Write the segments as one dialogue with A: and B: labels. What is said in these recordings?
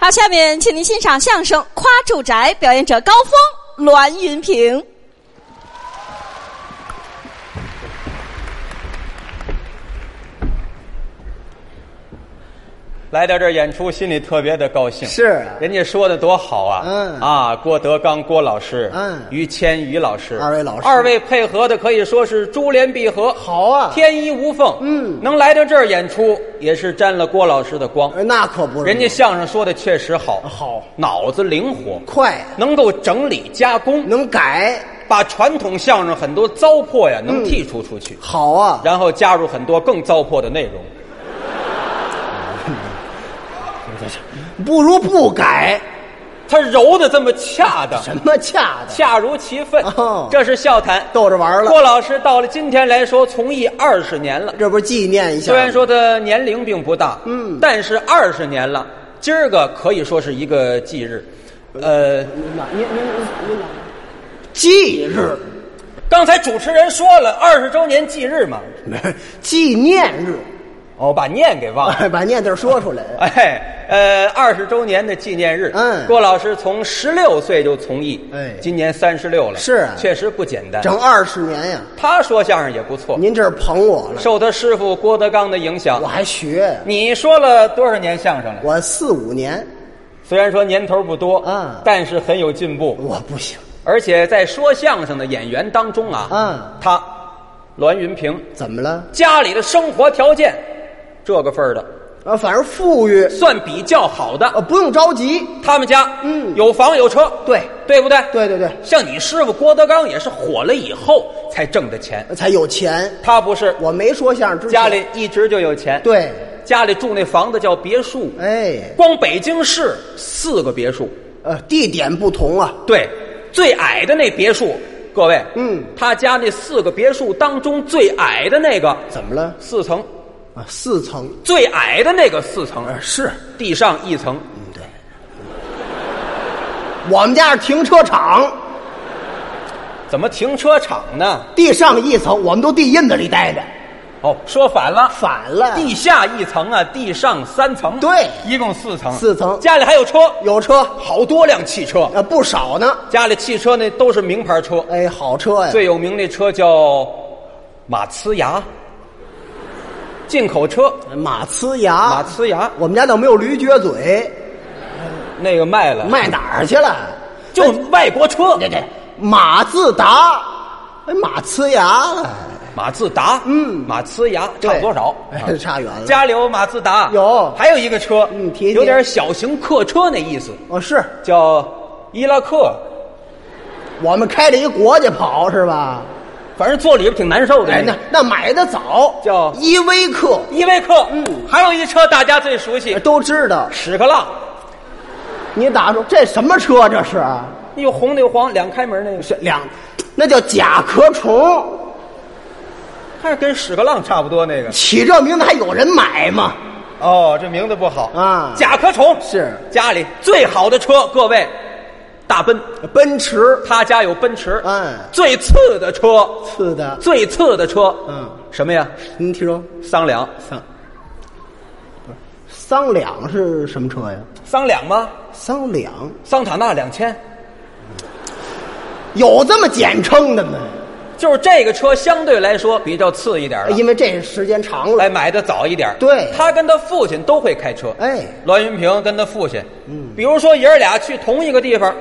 A: 好，下面请您欣赏相声《夸住宅》，表演者高峰、栾云平。
B: 来到这儿演出，心里特别的高兴。
C: 是啊
B: 人家说的多好啊！
C: 嗯
B: 啊，郭德纲郭老师，
C: 嗯
B: 于谦于老师，
C: 二位老师
B: 二位配合的可以说是珠联璧合，
C: 好啊
B: 天衣无缝。
C: 嗯
B: 能来到这儿演出，也是沾了郭老师的光。
C: 呃那可不是，
B: 人家相声说的确实好，
C: 好
B: 脑子灵活，
C: 快，
B: 能够整理加工，
C: 能改，
B: 把传统相声很多糟粕
C: 嗯
B: 呀能剔除出去，
C: 好啊，
B: 然后加入很多更糟粕的内容。
C: 不如不改，
B: 他揉的这么恰当，
C: 什么恰当，
B: 恰如其分。
C: 哦
B: 这是笑谈。
C: 逗着玩儿
B: 郭
C: 了，
B: 老师到了今天来说，从艺二十年了。
C: 这不是纪念一下
B: 虽
C: 吗？
B: 然说他年龄并不大，
C: 嗯
B: 但是二十年了，今儿个可以说是一个忌日。呃，
C: 忌日，
B: 刚才主持人说了，二十周年忌日嘛，
C: 纪念日，
B: 哦，把念给忘了。
C: 哎把念字说出来，
B: 哎，呃，二十周年的纪念日，
C: 嗯
B: 郭老师从十六岁就从艺，
C: 哎
B: 今年三十六了，
C: 是啊
B: 确实不简单。
C: 整二十年呀，
B: 他说相声也不错，
C: 您这是捧我了，
B: 受他师傅郭德纲的影响
C: 我。还学，
B: 你说了多少年相声了？
C: 我四五年，
B: 虽然说年头不多，
C: 嗯
B: 但是很有进步。
C: 我不行，
B: 而且在说相声的演员当中啊，
C: 嗯
B: 他栾云平
C: 怎么了？
B: 家里的生活条件，这个份儿的
C: 啊，反正富裕，
B: 算比较好的。
C: 啊，不用着急，
B: 他们家
C: 嗯
B: 有房有车，
C: 对
B: 哦对不对？
C: 对对对，
B: 像你师傅郭德纲也是火了以后才挣的钱，
C: 才有钱，
B: 他不是
C: 我没说相声之前，
B: 家里一直就有钱，，
C: 对，
B: 家里住那房子叫别墅，
C: 哎，
B: 光北京市四个别墅，
C: 呃，地点不同啊，
B: 对，最矮的那别墅，各位，
C: 嗯
B: 他家那四个别墅当中最矮的那个
C: 怎么了？
B: 四层，
C: 啊，四层，
B: 最矮的那个四层，
C: 呃，是
B: 地上一层，
C: 我们家是停车场，
B: 怎么停车场呢？
C: 地上一层，我们都地印子里待着，
B: 哦，说反了，
C: 反了，
B: 地下一层啊，地上三层，
C: 对
B: 一共四层，
C: 四层
B: 家里还有车，
C: 有车，
B: 好多辆汽车，
C: 呃，不少呢，
B: 家里汽车那都是名牌车，
C: 哎，好车呀，
B: 最有名那车叫马呲牙，进口车，
C: 马呲牙，
B: 马呲牙
C: 我们家倒没有驴撅嘴，
B: 那个卖了，
C: 卖哪儿去了？
B: 就外国车，对对。
C: 马自达，哎，马呲牙了，
B: 马自达，
C: 嗯
B: 马呲牙
C: 对
B: 差不多少？
C: 哎
B: 啊
C: 差远了
B: 家里有马自达，
C: 有
B: 还有一个车，
C: 嗯提提
B: 有点小型客车那意思，
C: 哦，是
B: 叫伊拉克，
C: 我们开着一国家跑是吧？
B: 反正坐里边挺难受的。
C: 哎，那那买的早，
B: 叫
C: 依维柯，
B: 依维柯，
C: 嗯呃
B: 还有一车大家最熟悉，
C: 都知道。
B: 屎壳郎，
C: 你打住，这什么车？啊这是
B: 有红的有黄，两开门那个，
C: 这两，那叫甲壳虫。
B: 还是跟屎壳郎差不多那个。
C: 起这名字还有人买吗？
B: 哦，这名字不好
C: 啊
B: 甲壳虫
C: 是
B: 家里最好的车，各位，大奔，
C: 奔驰，
B: 他家有奔驰，
C: 嗯
B: 最次的车，
C: 次的，
B: 最次的车，
C: 嗯，
B: 什么呀？
C: 您听说
B: 桑两，
C: 桑，不是桑两是什么车呀？
B: 桑两吗？
C: 桑两
B: 桑塔纳两千，
C: 有这么简称的吗？
B: 就是这个车相对来说比较次一点了，
C: 哎因为这时间长
B: 哎，
C: 了，
B: 买的早一点。
C: 对
B: 他跟他父亲都会开车。
C: 哎
B: 栾云平跟他父亲，嗯，比如说爷儿俩去同一个地方，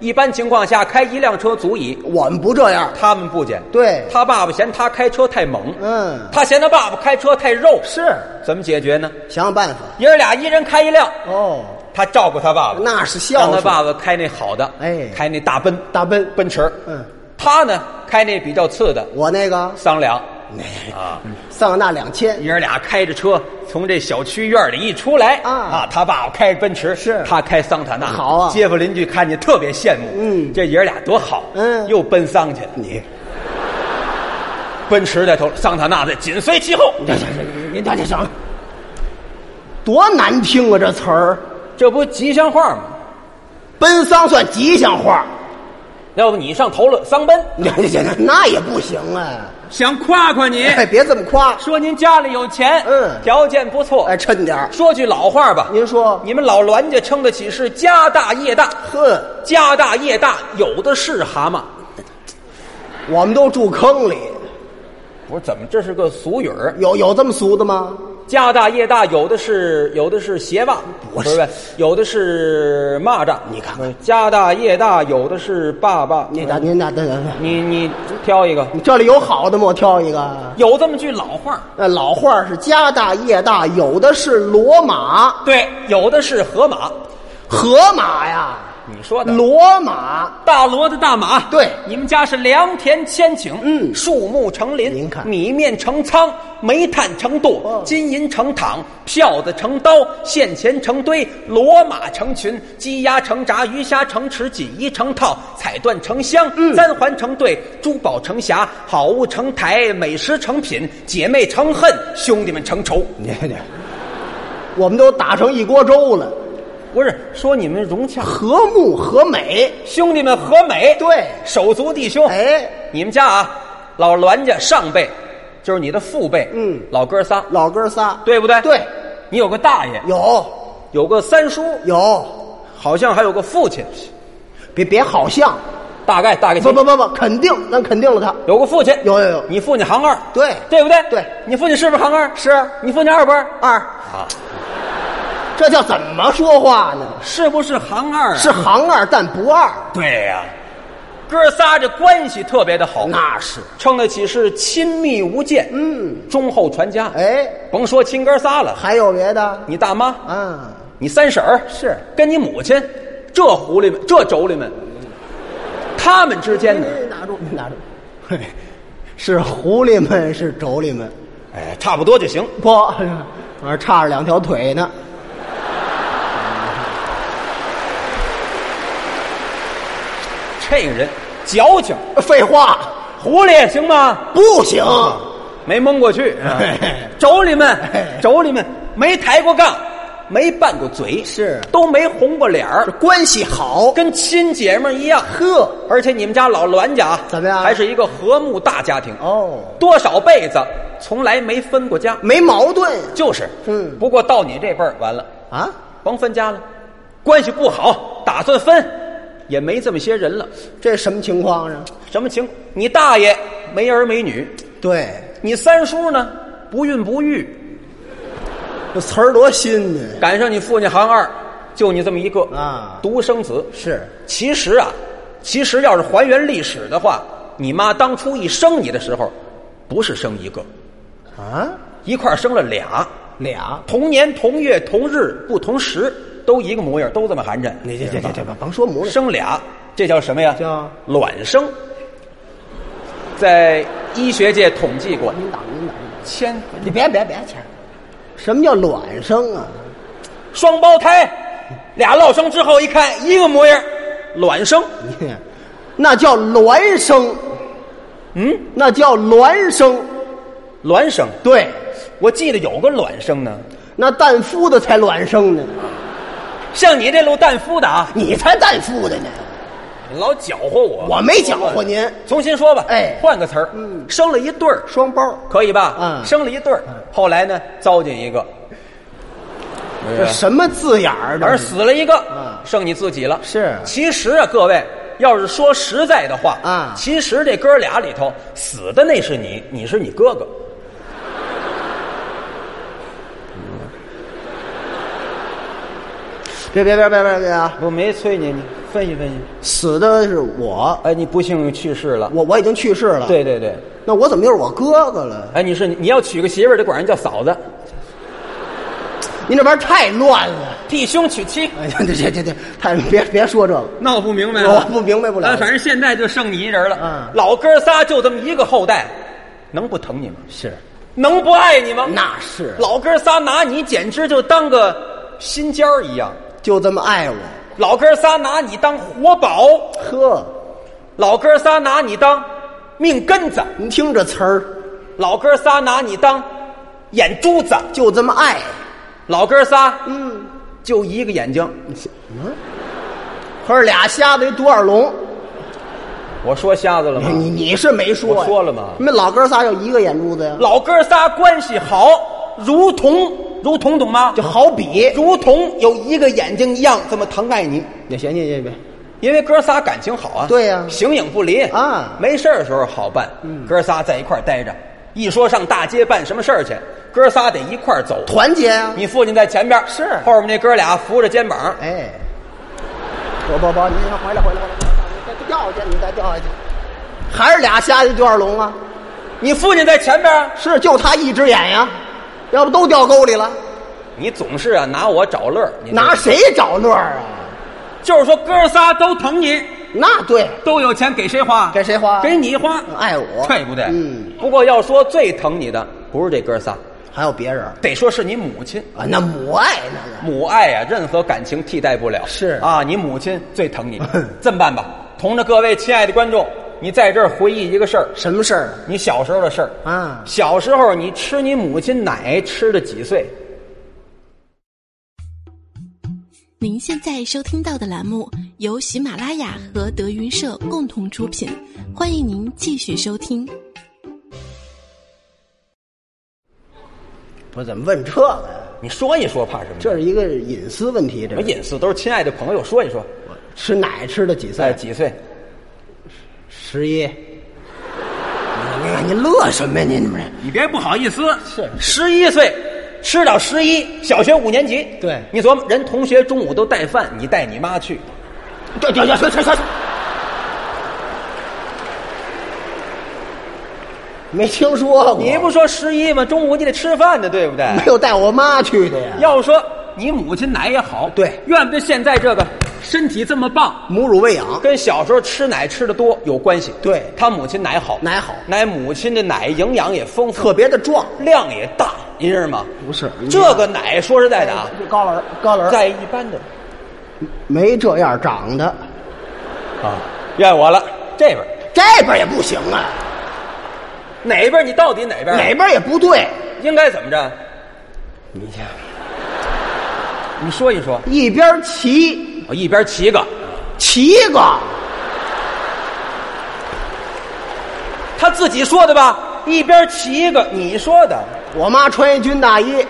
B: 一般情况下开一辆车足矣，
C: 我们不这样。
B: 他们不减。
C: 对
B: 他爸爸嫌他开车太猛，
C: 嗯
B: 他嫌他爸爸开车太肉，
C: 是
B: 怎么解决呢？
C: 想想办法。
B: 爷儿俩一人开一辆，
C: 哦，
B: 他照顾他爸爸，
C: 那是孝
B: 让
C: 顺。
B: 他爸爸开那好的，
C: 哎
B: 开那大奔
C: 大奔，
B: 奔驰，
C: 嗯，
B: 他呢开那比较次的
C: 我那个
B: 桑两，
C: 那
B: 啊，
C: 桑塔纳两千，
B: 爷儿俩开着车从这小区院里一出来
C: 啊
B: 他爸爸开着奔驰，
C: 是
B: 他开桑塔纳，
C: 好啊
B: 街坊邻居看见特别羡慕，
C: 嗯
B: 这爷儿俩多好，
C: 嗯
B: 又奔桑去了，
C: 你
B: 奔驰在头，桑塔纳在紧随其后，
C: 这这这您大家想，多难听啊！这词儿，
B: 这不吉祥话吗？
C: 奔丧算吉祥话，
B: 要不你上头了，桑奔，
C: 那那那也不行啊！
B: 想夸夸你，
C: 哎，别这么夸，
B: 说您家里有钱，
C: 嗯
B: 条件不错。
C: 哎，趁点儿。
B: 说句老话吧，
C: 您说，
B: 你们老栾家撑得起是家大业大，
C: 哼，
B: 家大业大有的是蛤蟆。
C: 我们都住坑里，
B: 不是怎么，这是个俗语儿，
C: 有有这么俗的吗？
B: 家大业大有的是有的是鞋袜，
C: 不是
B: 不是有的是蚂蚱。
C: 你看看，
B: 家大业大有的是爸爸。
C: 你打，您打，等等等，
B: 你你挑一个，
C: 你这里有好的吗？我挑一个。
B: 有这么句老话儿，
C: 那老话儿是家大业大，有的是骡马、
B: 对，有的是河马。
C: 河马呀，
B: 你说的
C: 骡马。
B: 大骡子大马，
C: 对
B: 你们家是良田千顷，
C: 嗯
B: 树木成林，
C: 您看
B: 米面成仓，煤炭成垛，
C: 哦
B: 金银成躺，票子成刀，现钱成堆，骡马成群，鸡鸭成闸，鱼虾成池，锦衣成套，彩缎成箱，
C: 嗯
B: 簪环成对，珠宝成匣，好物成台，美食成品，姐妹成恨，兄弟们成仇。
C: 你你，我们都打成一锅粥了，
B: 不是说你们融洽，
C: 和睦和美。
B: 兄弟们和美，
C: 对
B: 手足弟兄，
C: 哎，
B: 你们家啊，老栾家上辈就是你的父辈，
C: 嗯
B: 老哥仨，
C: 老哥仨，
B: 对不对？
C: 对，
B: 你有个大爷，
C: 有
B: 有个三叔，
C: 有，
B: 好像还有个父亲，
C: 别别好像，
B: 大概大概
C: 不不不不，肯定，咱肯定了他。
B: 有个父亲，
C: 有有有，
B: 你父亲行二，
C: 对
B: 对不对？
C: 对，
B: 你父亲是不是行二？
C: 是
B: 你父亲二班
C: 二，
B: 啊，
C: 这叫怎么说话呢？
B: 是不是行二、啊？
C: 是，行二但不二，
B: 对呀、哥仨这关系特别的好，
C: 那是。
B: 称得起是亲密无间，
C: 嗯，
B: 忠厚传家。
C: 哎，
B: 甭说亲哥仨了，
C: 还有别的
B: 你大妈，
C: 啊？
B: 你三婶儿
C: 是
B: 跟你母亲，这狐狸们，这妯娌们，他们之间呢，
C: 您拿住，您拿住。嘿，是狐狸们，是妯娌们。
B: 哎，差不多就行。
C: 不， 我还差着两条腿呢。
B: 这个人矫情，
C: 废话，
B: 狐狸行吗？
C: 不行。
B: 没蒙过去啊
C: 嘿嘿，
B: 妯娌们
C: 嘿，
B: 妯娌们没抬过杠，没拌过嘴，
C: 是
B: 都没红过脸儿
C: 这，关系好，
B: 跟亲姐们儿一样。
C: 呵，
B: 而且你们家老栾家啊
C: 怎么样
B: 还是一个和睦大家庭，
C: 哦，
B: 多少辈子从来没分过家，
C: 没矛盾
B: 就是。
C: 嗯
B: 不过到你这辈儿完了。
C: 啊？
B: 甭分家了，关系不好，打算分，也没这么些人了。
C: 这什么情况啊？
B: 什么情况？你大爷没儿没女，
C: 对，
B: 你三叔呢不孕不育，
C: 这词儿多新呢
B: 赶上你父亲行二，就你这么一个
C: 啊
B: 独生子。
C: 是，
B: 其实啊，其实要是还原历史的话，你妈当初一生你的时候，不是生一个，
C: 啊，
B: 一块儿生了俩，
C: 俩，
B: 同年同月同日不同时，都一个模样，都这么寒碜。啊
C: 你这这这这甭甭说母了，
B: 生俩，这叫什么呀？
C: 叫
B: 卵生，在医学界统计过，
C: 您打您打您打，
B: 千
C: 你别别别钱，什么叫卵生啊？
B: 双胞胎，俩落生之后一看一个模样，卵生。
C: 你 那叫孪生，
B: 嗯，
C: 那叫孪生，
B: 卵生，
C: 对，
B: 我记得有个卵生呢，
C: 那蛋孵的才孪生呢，
B: 像你这路蛋夫的啊，
C: 你才蛋孵的呢，
B: 老搅和我。
C: 我没搅和您，
B: 重新说吧，
C: 哎
B: 换个词儿，
C: 嗯
B: 生了一对儿，
C: 双胞。
B: 可以吧？
C: 嗯
B: 生了一对儿，后来呢，糟践 一个，
C: 这什么字眼儿？啊
B: 而
C: 这
B: 死了一个，
C: 嗯
B: 剩你自己了。
C: 是
B: 其实啊，各位，要是说实在的话
C: 啊
B: 其实这哥俩里头死的那是你，你是你哥哥。
C: 别别别别别别啊！
B: 我没催你，你分析分析。
C: 死的是我，
B: 哎，你不幸去世了。
C: 我我已经去世了。，
B: 对对对，
C: 那我怎么又是我哥哥了？
B: 哎，你是你要娶个媳妇儿得管人叫嫂子，
C: 您这玩意儿太乱了！
B: 弟兄娶妻。
C: 哎呀， 这这这这太别别说这个，
B: 那我不明白啊
C: 我不明白不了
B: 哎反正现在就剩你一人了。
C: 嗯
B: 老哥仨就这么一个后代，能不疼你吗？嗯
C: 是
B: 能不爱你吗？
C: 那是
B: 老哥仨拿你简直就当个心尖儿一样。
C: 就这么爱我，
B: 老哥仨拿你当活宝，
C: 呵，
B: 老哥仨拿你当命根子，
C: 您听这词儿，
B: 老哥仨拿你当眼珠子，
C: 就这么爱，
B: 老哥仨
C: 嗯，
B: 就一个眼睛，
C: 嗯，可是俩瞎子一独耳聋，
B: 我说瞎子了吗？
C: 你你是没说
B: 啊
C: 呀
B: 我说了吗
C: 你们老哥仨有一个眼珠子呀，
B: 老哥仨关系好，如同如同懂吗？
C: 就好比
B: 如同有一个眼睛一样，这么疼爱你。
C: 也行，你这边
B: 因为哥仨感情好啊，
C: 对呀
B: 形影不离
C: 啊嗯
B: 没事儿的时候好办，哥仨在一块儿待着，一说上大街办什么事儿去，哥仨得一块儿走。
C: 团结啊呀、
B: 你父亲在前边，
C: 是
B: 后面那哥俩扶着肩膀，
C: 哎，不不不，你看回来回来回来，你再掉下去，你再掉下去，还是俩瞎子就二聋啊？
B: 你父亲在前边，
C: 是，就他一只眼呀，要不都掉沟里了，
B: 你总是啊拿我找乐儿，你
C: 拿
B: 这
C: 谁找乐儿啊？
B: 就是说哥仨都疼你，
C: 那对，
B: 都有钱给谁花？
C: 给谁花
B: 给你花，
C: 爱我，
B: 对不对？
C: 嗯，。
B: 不过要说最疼你的，不是这哥仨，
C: 还有别人啊？
B: 得说是你母亲。
C: 那母爱那是。
B: 母爱啊，任何感情替代不了。
C: 是
B: 啊，你母亲最疼 你。这么办吧，同着各位亲爱的观众，你在这儿回忆一个事儿，
C: 什么事儿
B: 你小时候的事儿。
C: 啊？
B: 小时候你吃你母亲奶吃的几岁？
D: 您现在收听到的栏目由喜马拉雅和德云社共同出品，欢迎您继续收听。
C: 不是怎么问这个呀？
B: 你说一说怕什么？
C: 这是一个隐私问题，
B: 什
C: 这
B: 么
C: 是
B: 隐私？都是亲爱的朋友，说一说，
C: 吃奶吃的几
B: 哎，
C: 岁？
B: 几岁？
C: 十一。你看您乐什么呀？您们
B: 你别不好意思，
C: 是
B: 十一岁，吃到十一，小学五年级。
C: 对
B: 你琢磨，人同学中午都带饭，你带你妈去，
C: 这这这这这这这，没听说过，
B: 你不说十一吗？中午你得吃饭呢，对不对？
C: 哦没有带我妈去的呀？
B: 要说你母亲奶也好，
C: 对
B: 怨不得现在这个身体这么棒，
C: 母乳喂养，
B: 跟小时候吃奶吃的多有关系。
C: 对
B: 他母亲奶好，
C: 奶好
B: 奶母亲的奶营养也丰富，
C: 特别嗯的壮。
B: 量也大，您知道吗？
C: 不是
B: 这个奶，说实在的啊，
C: 高老师，高老师
B: 在一般的
C: 没这样长的，
B: 啊，怨我了。这边
C: 这边也不行啊，
B: 哪边你到底哪边？
C: 哪边也不对。
B: 应该怎么着？
C: 你瞧，
B: 你说一说。
C: 一边骑
B: 我哦一边骑个，
C: 七个，
B: 他自己说的吧？一边骑个，你说的，
C: 我妈穿一军大衣，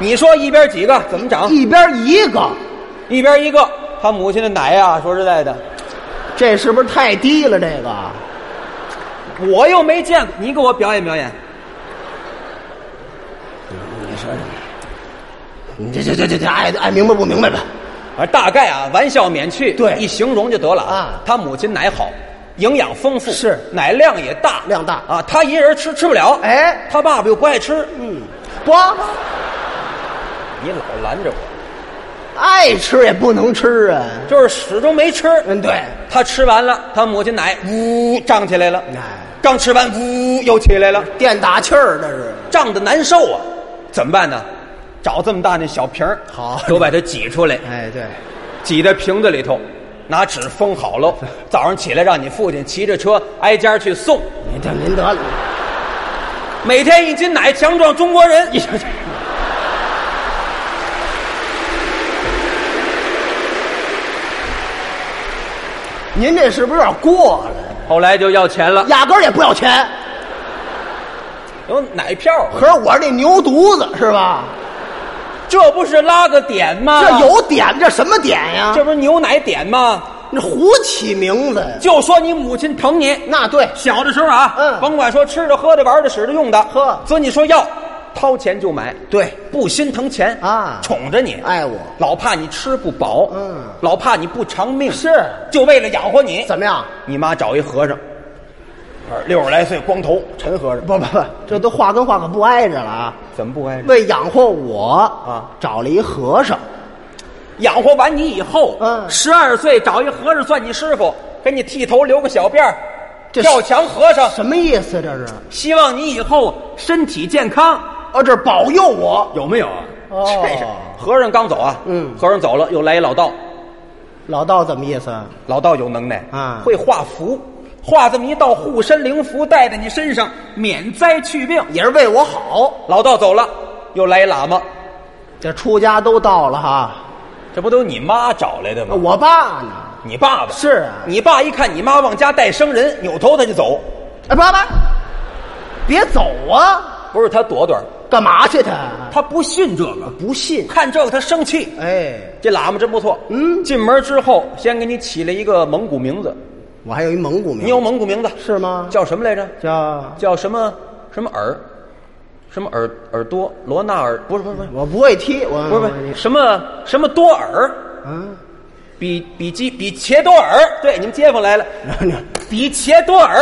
B: 你说一边几个？怎么长？
C: 一边一个，
B: 一边一个，他母亲的奶呀、说实在的，
C: 这是不是太低了？这个
B: 我又没见过，你给我表演表演。
C: 你这这这这这爱爱明白不明白吧？
B: 啊，大概啊，玩笑免去，
C: 对
B: 一形容就得了
C: 啊
B: 他母亲奶好，营养丰富，
C: 是
B: 奶量也大，
C: 量大
B: 啊，他一人吃吃不了，
C: 哎
B: 他爸爸又不爱吃，
C: 嗯，不，
B: 你老拦着我，
C: 爱吃也不能吃啊。
B: 就是始终没吃。
C: 嗯，对，
B: 他吃完了，他母亲奶呜胀起来了，
C: 哎，
B: 刚吃完呜又起来了，
C: 电打气儿这是。
B: 胀得难受啊，怎么办呢？找这么大那小瓶儿，
C: 好
B: 都把它挤出来，
C: 哎，对，
B: 挤在瓶子里头，拿纸封好 喽。早上起来让你父亲骑着车挨家去送，
C: 您这您得了，
B: 每天一斤奶，强壮中国人。
C: 您这是不是有点过了？
B: 后来就要钱了，
C: 压根儿也不要钱，
B: 有奶票，
C: 可是我这牛犊子是吧？
B: 这不是拉个点吗？
C: 这，有点，这什么点呀？
B: 这不是牛奶点吗？
C: 你胡起名字，
B: 就说你母亲疼你，
C: 那对，
B: 小的时候啊，
C: 嗯
B: 甭管说吃的、喝的、玩的、使的、用的，
C: 呵
B: 遵你说要，掏钱就买，
C: 对，
B: 不心疼钱
C: 啊
B: 宠着你，
C: 爱我
B: 老怕你吃不饱，
C: 嗯
B: 老怕你不偿命，
C: 是
B: 就为了养活你，
C: 怎么样？
B: 你妈找一和尚，二六十来岁光头陈和尚，
C: 不不不，这都话跟话可不挨着了啊！
B: 怎么不挨着？
C: 为养活我啊，找了一和尚，
B: 养活完你以后，
C: 嗯
B: 十二岁找一和尚算你师傅，给你剃头留个小辫儿，
C: 这是
B: 跳墙和尚，
C: 什么意思？这是？
B: 希望你以后身体健康，
C: 哦，这是保佑我。
B: 有没有啊？
C: 哦
B: 这是和尚刚走啊，
C: 嗯
B: 和尚走了，又来一老道，
C: 老道怎么意思？
B: 老道有能耐
C: 啊
B: 会画符，画这么一道护身灵符，带在你身上，免灾去病。
C: 也是为我好。
B: 老道走了，又来一喇嘛，
C: 这出家都到了哈，
B: 这不都你妈找来的吗？
C: 我爸呢？
B: 你爸爸
C: 是啊
B: 你爸一看你妈往家带生人，扭头他就走，
C: 哎，爸爸，别走啊！
B: 不是他躲躲，
C: 干嘛去他？
B: 他不信这个，
C: 不信。
B: 看这个他生气。
C: 哎，
B: 这喇嘛真不错，
C: 嗯
B: 进门之后先给你起了一个蒙古名字，
C: 我还有一蒙古名，
B: 你有蒙古名字
C: 是吗？
B: 叫什么来着？
C: 叫
B: 叫什么什么耳，什么耳耳朵罗纳尔？不是不是不是
C: 我不会踢，我
B: 不是不是什么什么多尔，
C: 嗯，
B: 比比基比切多尔，对，你们街坊来了，
C: 然后你啊
B: 比切多尔，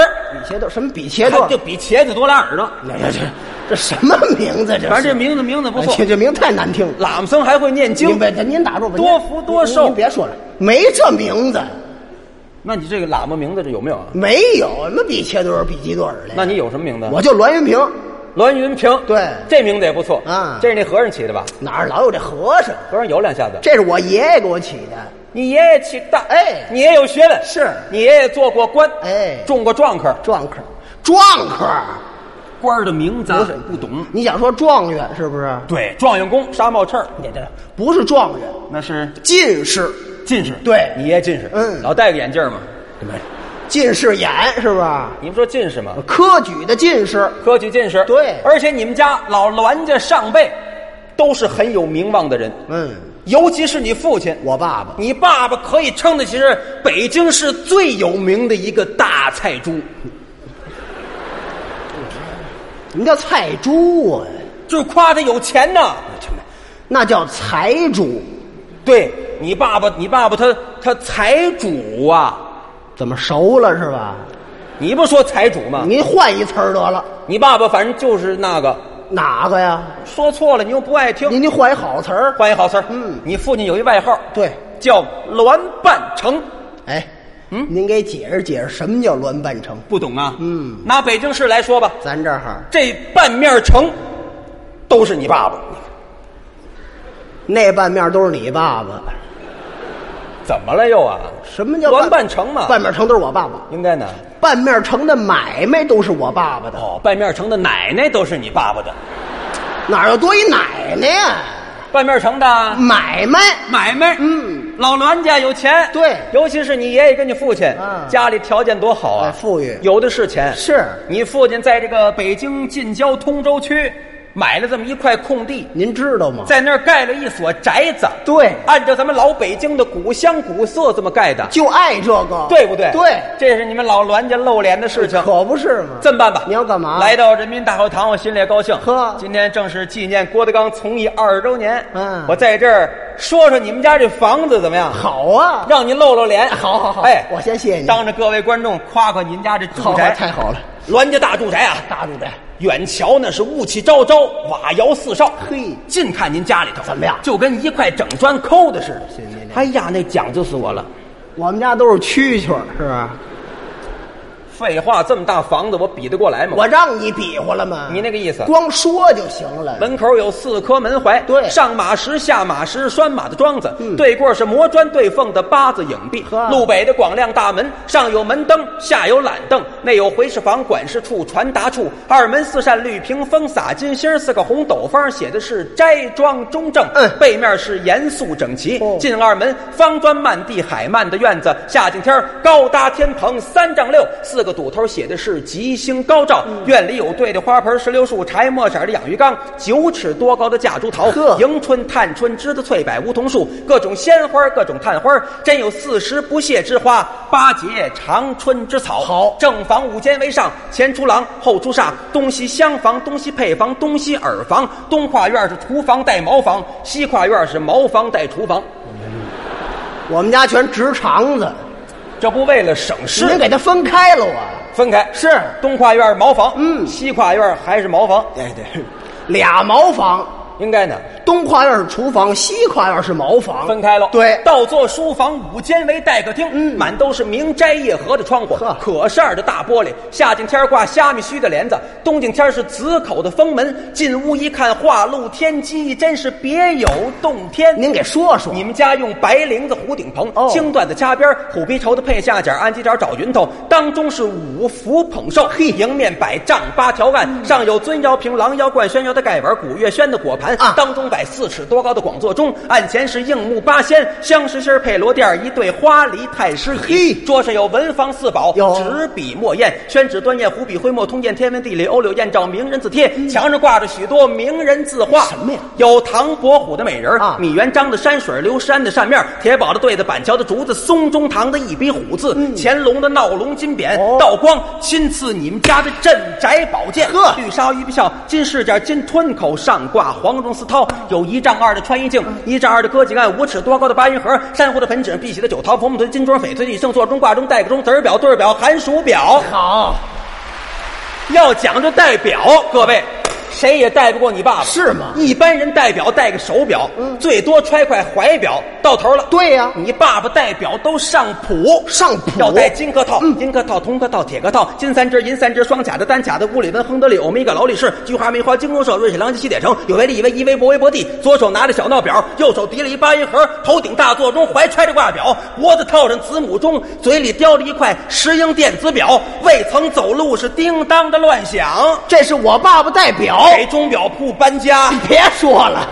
C: 比茄豆什么比茄豆
B: 他就？比茄子多俩耳朵。
C: 那哎这这这什么名字？这哎
B: 反正这名字名字不错
C: 这，这名太难听了。
B: 喇嘛僧还会念
C: 您
B: 经。
C: 别您打住吧，
B: 多福多寿
C: 您您别说了，没这名字，
B: 那你这个喇嘛名字这有没有啊？
C: 没有什么比切多尔、比基多尔的。
B: 那你有什么名字？
C: 我就栾云平，
B: 栾云平。
C: 对
B: 这名字也不错
C: 啊
B: 这是那和尚起的吧？
C: 哪儿老有这和尚？
B: 和尚有两下子。
C: 这是我爷爷给我起的。
B: 你爷爷起的，
C: 哎
B: 你也有学问，
C: 是
B: 你爷爷做过官，
C: 哎
B: 中过状科，
C: 壮客，壮客，
B: 官儿的名字啊
C: 不是
B: 不懂。
C: 你想说状元是不是？
B: 对，状元公、沙帽敎，
C: 你这不是状元，
B: 那是
C: 近视，
B: 进士。
C: 对
B: 你爷爷进士，
C: 嗯
B: 老戴个眼镜嘛。
C: 近视眼是不是？
B: 你不说进士吗？
C: 科举的进士，
B: 科举进士。
C: 对
B: 而且你们家老栾家上辈都是很有名望的人，
C: 嗯，
B: 尤其是你父亲，
C: 我爸爸，
B: 你爸爸可以称得起是北京市最有名的一个大菜猪，
C: 你叫菜猪啊，
B: 就是夸他有钱呢。
C: 那叫财主，
B: 对你爸爸，你爸爸他他财主啊，
C: 怎么熟了是吧？
B: 你不说财主吗？
C: 您换一词儿得了，
B: 你爸爸反正就是那个，
C: 哪个呀？
B: 说错了你又不爱听，
C: 您您换一好词儿，
B: 换一好词儿。
C: 嗯
B: 你父亲有一外号
C: 对，
B: 叫栾半城，
C: 哎，
B: 嗯
C: 您给解释解释什么叫栾半城？
B: 不懂啊？
C: 嗯，
B: 拿北京市来说吧，
C: 咱这儿
B: 这半面城都是你爸爸，
C: 那半面都是你爸爸，
B: 怎么了又啊？
C: 什么叫
B: 栾半城嘛
C: 半面城都是我爸爸，
B: 应该呢。
C: 半面城的买卖都是我爸爸的，
B: 哦，半面城的奶奶都是你爸爸的，
C: 哪儿有多一奶奶呀？
B: 半面城的
C: 买卖，
B: 嗯买卖，
C: 嗯，
B: 老栾家有钱，
C: 对
B: 尤其是你爷爷跟你父亲，
C: 嗯
B: 家里条件多好啊，
C: 哎富裕
B: 有的是钱。
C: 是
B: 你父亲在这个北京近郊通州区买了这么一块空地，
C: 您知道吗？
B: 在那儿盖了一所宅子，
C: 对
B: 按照咱们老北京的古香古色这么盖的，
C: 就爱这个，
B: 对不对？
C: 对，
B: 这是你们老栾家露脸的事情。
C: 可不是嘛。
B: 这么办吧，
C: 你要干嘛
B: 来到人民大会堂，我心里也高兴。
C: 呵
B: 今天正是纪念郭德纲从艺二十周年。
C: 嗯
B: 我在这儿说说你们家这房子怎么样？，
C: 好啊，
B: 让您露露脸。
C: 好好好
B: 哎，
C: 我先谢谢您
B: 当着各位观众夸夸您家这住
C: 好
B: 宅，
C: 好太好了，
B: 栾家大住宅啊，
C: 大住宅，
B: 远瞧那是雾气昭昭，瓦窑四少。
C: 嘿
B: 近看您家里头
C: 怎么样
B: 就跟一块整砖抠的似的
C: 谢谢您。
B: 哎呀，那讲究死我了。
C: 我们家都是蛐蛐儿，是吧？
B: 废话，这么大房子，我比得过来吗？
C: 我让你比划了吗？
B: 你那个意思
C: 光说就行了。
B: 门口有四颗门槐，
C: 对
B: 上马石、下马石、拴马的桩子，
C: 嗯
B: 对过是磨砖对缝的八字影壁
C: 呵，
B: 路北的广亮大门，上有门灯，下有懒凳，内有回事房、管事处、传达处，二门四扇绿屏风洒金星儿，四个红斗方写的是斋庄中正，
C: 嗯
B: 背面是严肃整齐
C: 哦，
B: 进二门方砖漫地海漫的院子，夏景天儿高搭天棚三丈六，四个堵头写的是吉星高照。
C: 嗯
B: 院里有对的花盆石榴树，柴墨色的养鱼缸，九尺多高的夹竹桃
C: 呵，
B: 迎春、探春、栀子、翠柏、梧桐树，各种鲜花，各种探花，真有四时不谢之花，八节长春之草。
C: 好
B: 正房五间为上，前出廊，后出厦，东西厢房，东西配房，东西耳房，东跨院是厨房带茅房，西跨院是茅房带厨房。
C: 我们家全直肠子，
B: 这不为了省事
C: 您给它分开了啊。
B: 分开
C: 是
B: 东跨院茅房，
C: 嗯
B: 西跨院还是茅房，
C: 哎对对，俩茅房，
B: 应该呢
C: 东跨院是厨房，西跨院是茅房，
B: 分开了。
C: 对，
B: 倒座书房五间为待客厅，
C: 嗯
B: 满都是明斋夜合的窗户
C: 呵，
B: 可扇儿的大玻璃。夏景天儿挂虾米须的帘子，冬景天儿是紫口的封门。进屋一看，画露天机，真是别有洞天。
C: 您给说说。
B: 你们家用白绫子糊顶棚，
C: 哦
B: 青缎子夹边儿，虎皮绸的配下角，氨鸡爪找云头，当中是五福捧寿，嘿，迎
C: 嗯
B: 面摆丈八条案，上有尊窑瓶、狼窑罐、宣窑的盖碗、古月轩的果盘，
C: 啊
B: 当中摆百四尺多高的广座中，案前是硬木八仙、香石心儿配罗垫儿一对花梨太师椅
C: 嘿，
B: 桌上有文房四宝，
C: 有
B: 纸笔墨砚、宣纸端砚、湖笔徽墨、通鉴天文地理、欧柳燕赵名人字帖，墙上挂着许多名人字画。
C: 什么呀
B: 有唐伯虎的美人儿
C: 啊
B: 米元璋的山水儿，刘山的扇面儿，铁宝的对子，板桥的竹子，松中堂的一笔虎字，乾隆的闹龙金匾，
C: 嗯哦
B: 道光亲赐你们家的镇宅宝剑，
C: 呵
B: 绿纱鱼皮鞘，金饰件，金吞口，上挂黄绒丝绦，有一丈二的穿衣镜，
C: 嗯
B: 一丈二的歌颈案，五尺多高的八音盒，珊瑚的盆枕，碧玺的九桃，佛木头的金镯，翡翠的玉胜，座钟挂钟，带个钟，子儿表，对儿表，寒暑表，
C: 好，
B: 要讲究戴表，各位。谁也戴不过你爸爸，
C: 是吗嗯
B: 一般人戴表戴个手表，最多揣块怀表，到头了。
C: 对呀
B: 你爸爸戴表都上谱，
C: 上谱
B: 要戴金科套、银科套、铜科套、铁科套，金三只、银三只，双卡的、单卡的，乌里文、亨德利、欧米伽、劳力士、菊花、梅花、金弓射、瑞士郎、西点城，有为利为一为博为博地，左手拿着小闹表，右手提了一八音盒，头顶大座钟，怀揣着挂表，脖子套上子母钟，嘴里叼着一块石英电子表，未曾走路是叮当的乱响。
C: 这是我爸爸代表。
B: 给钟表铺搬家，
C: 别说了，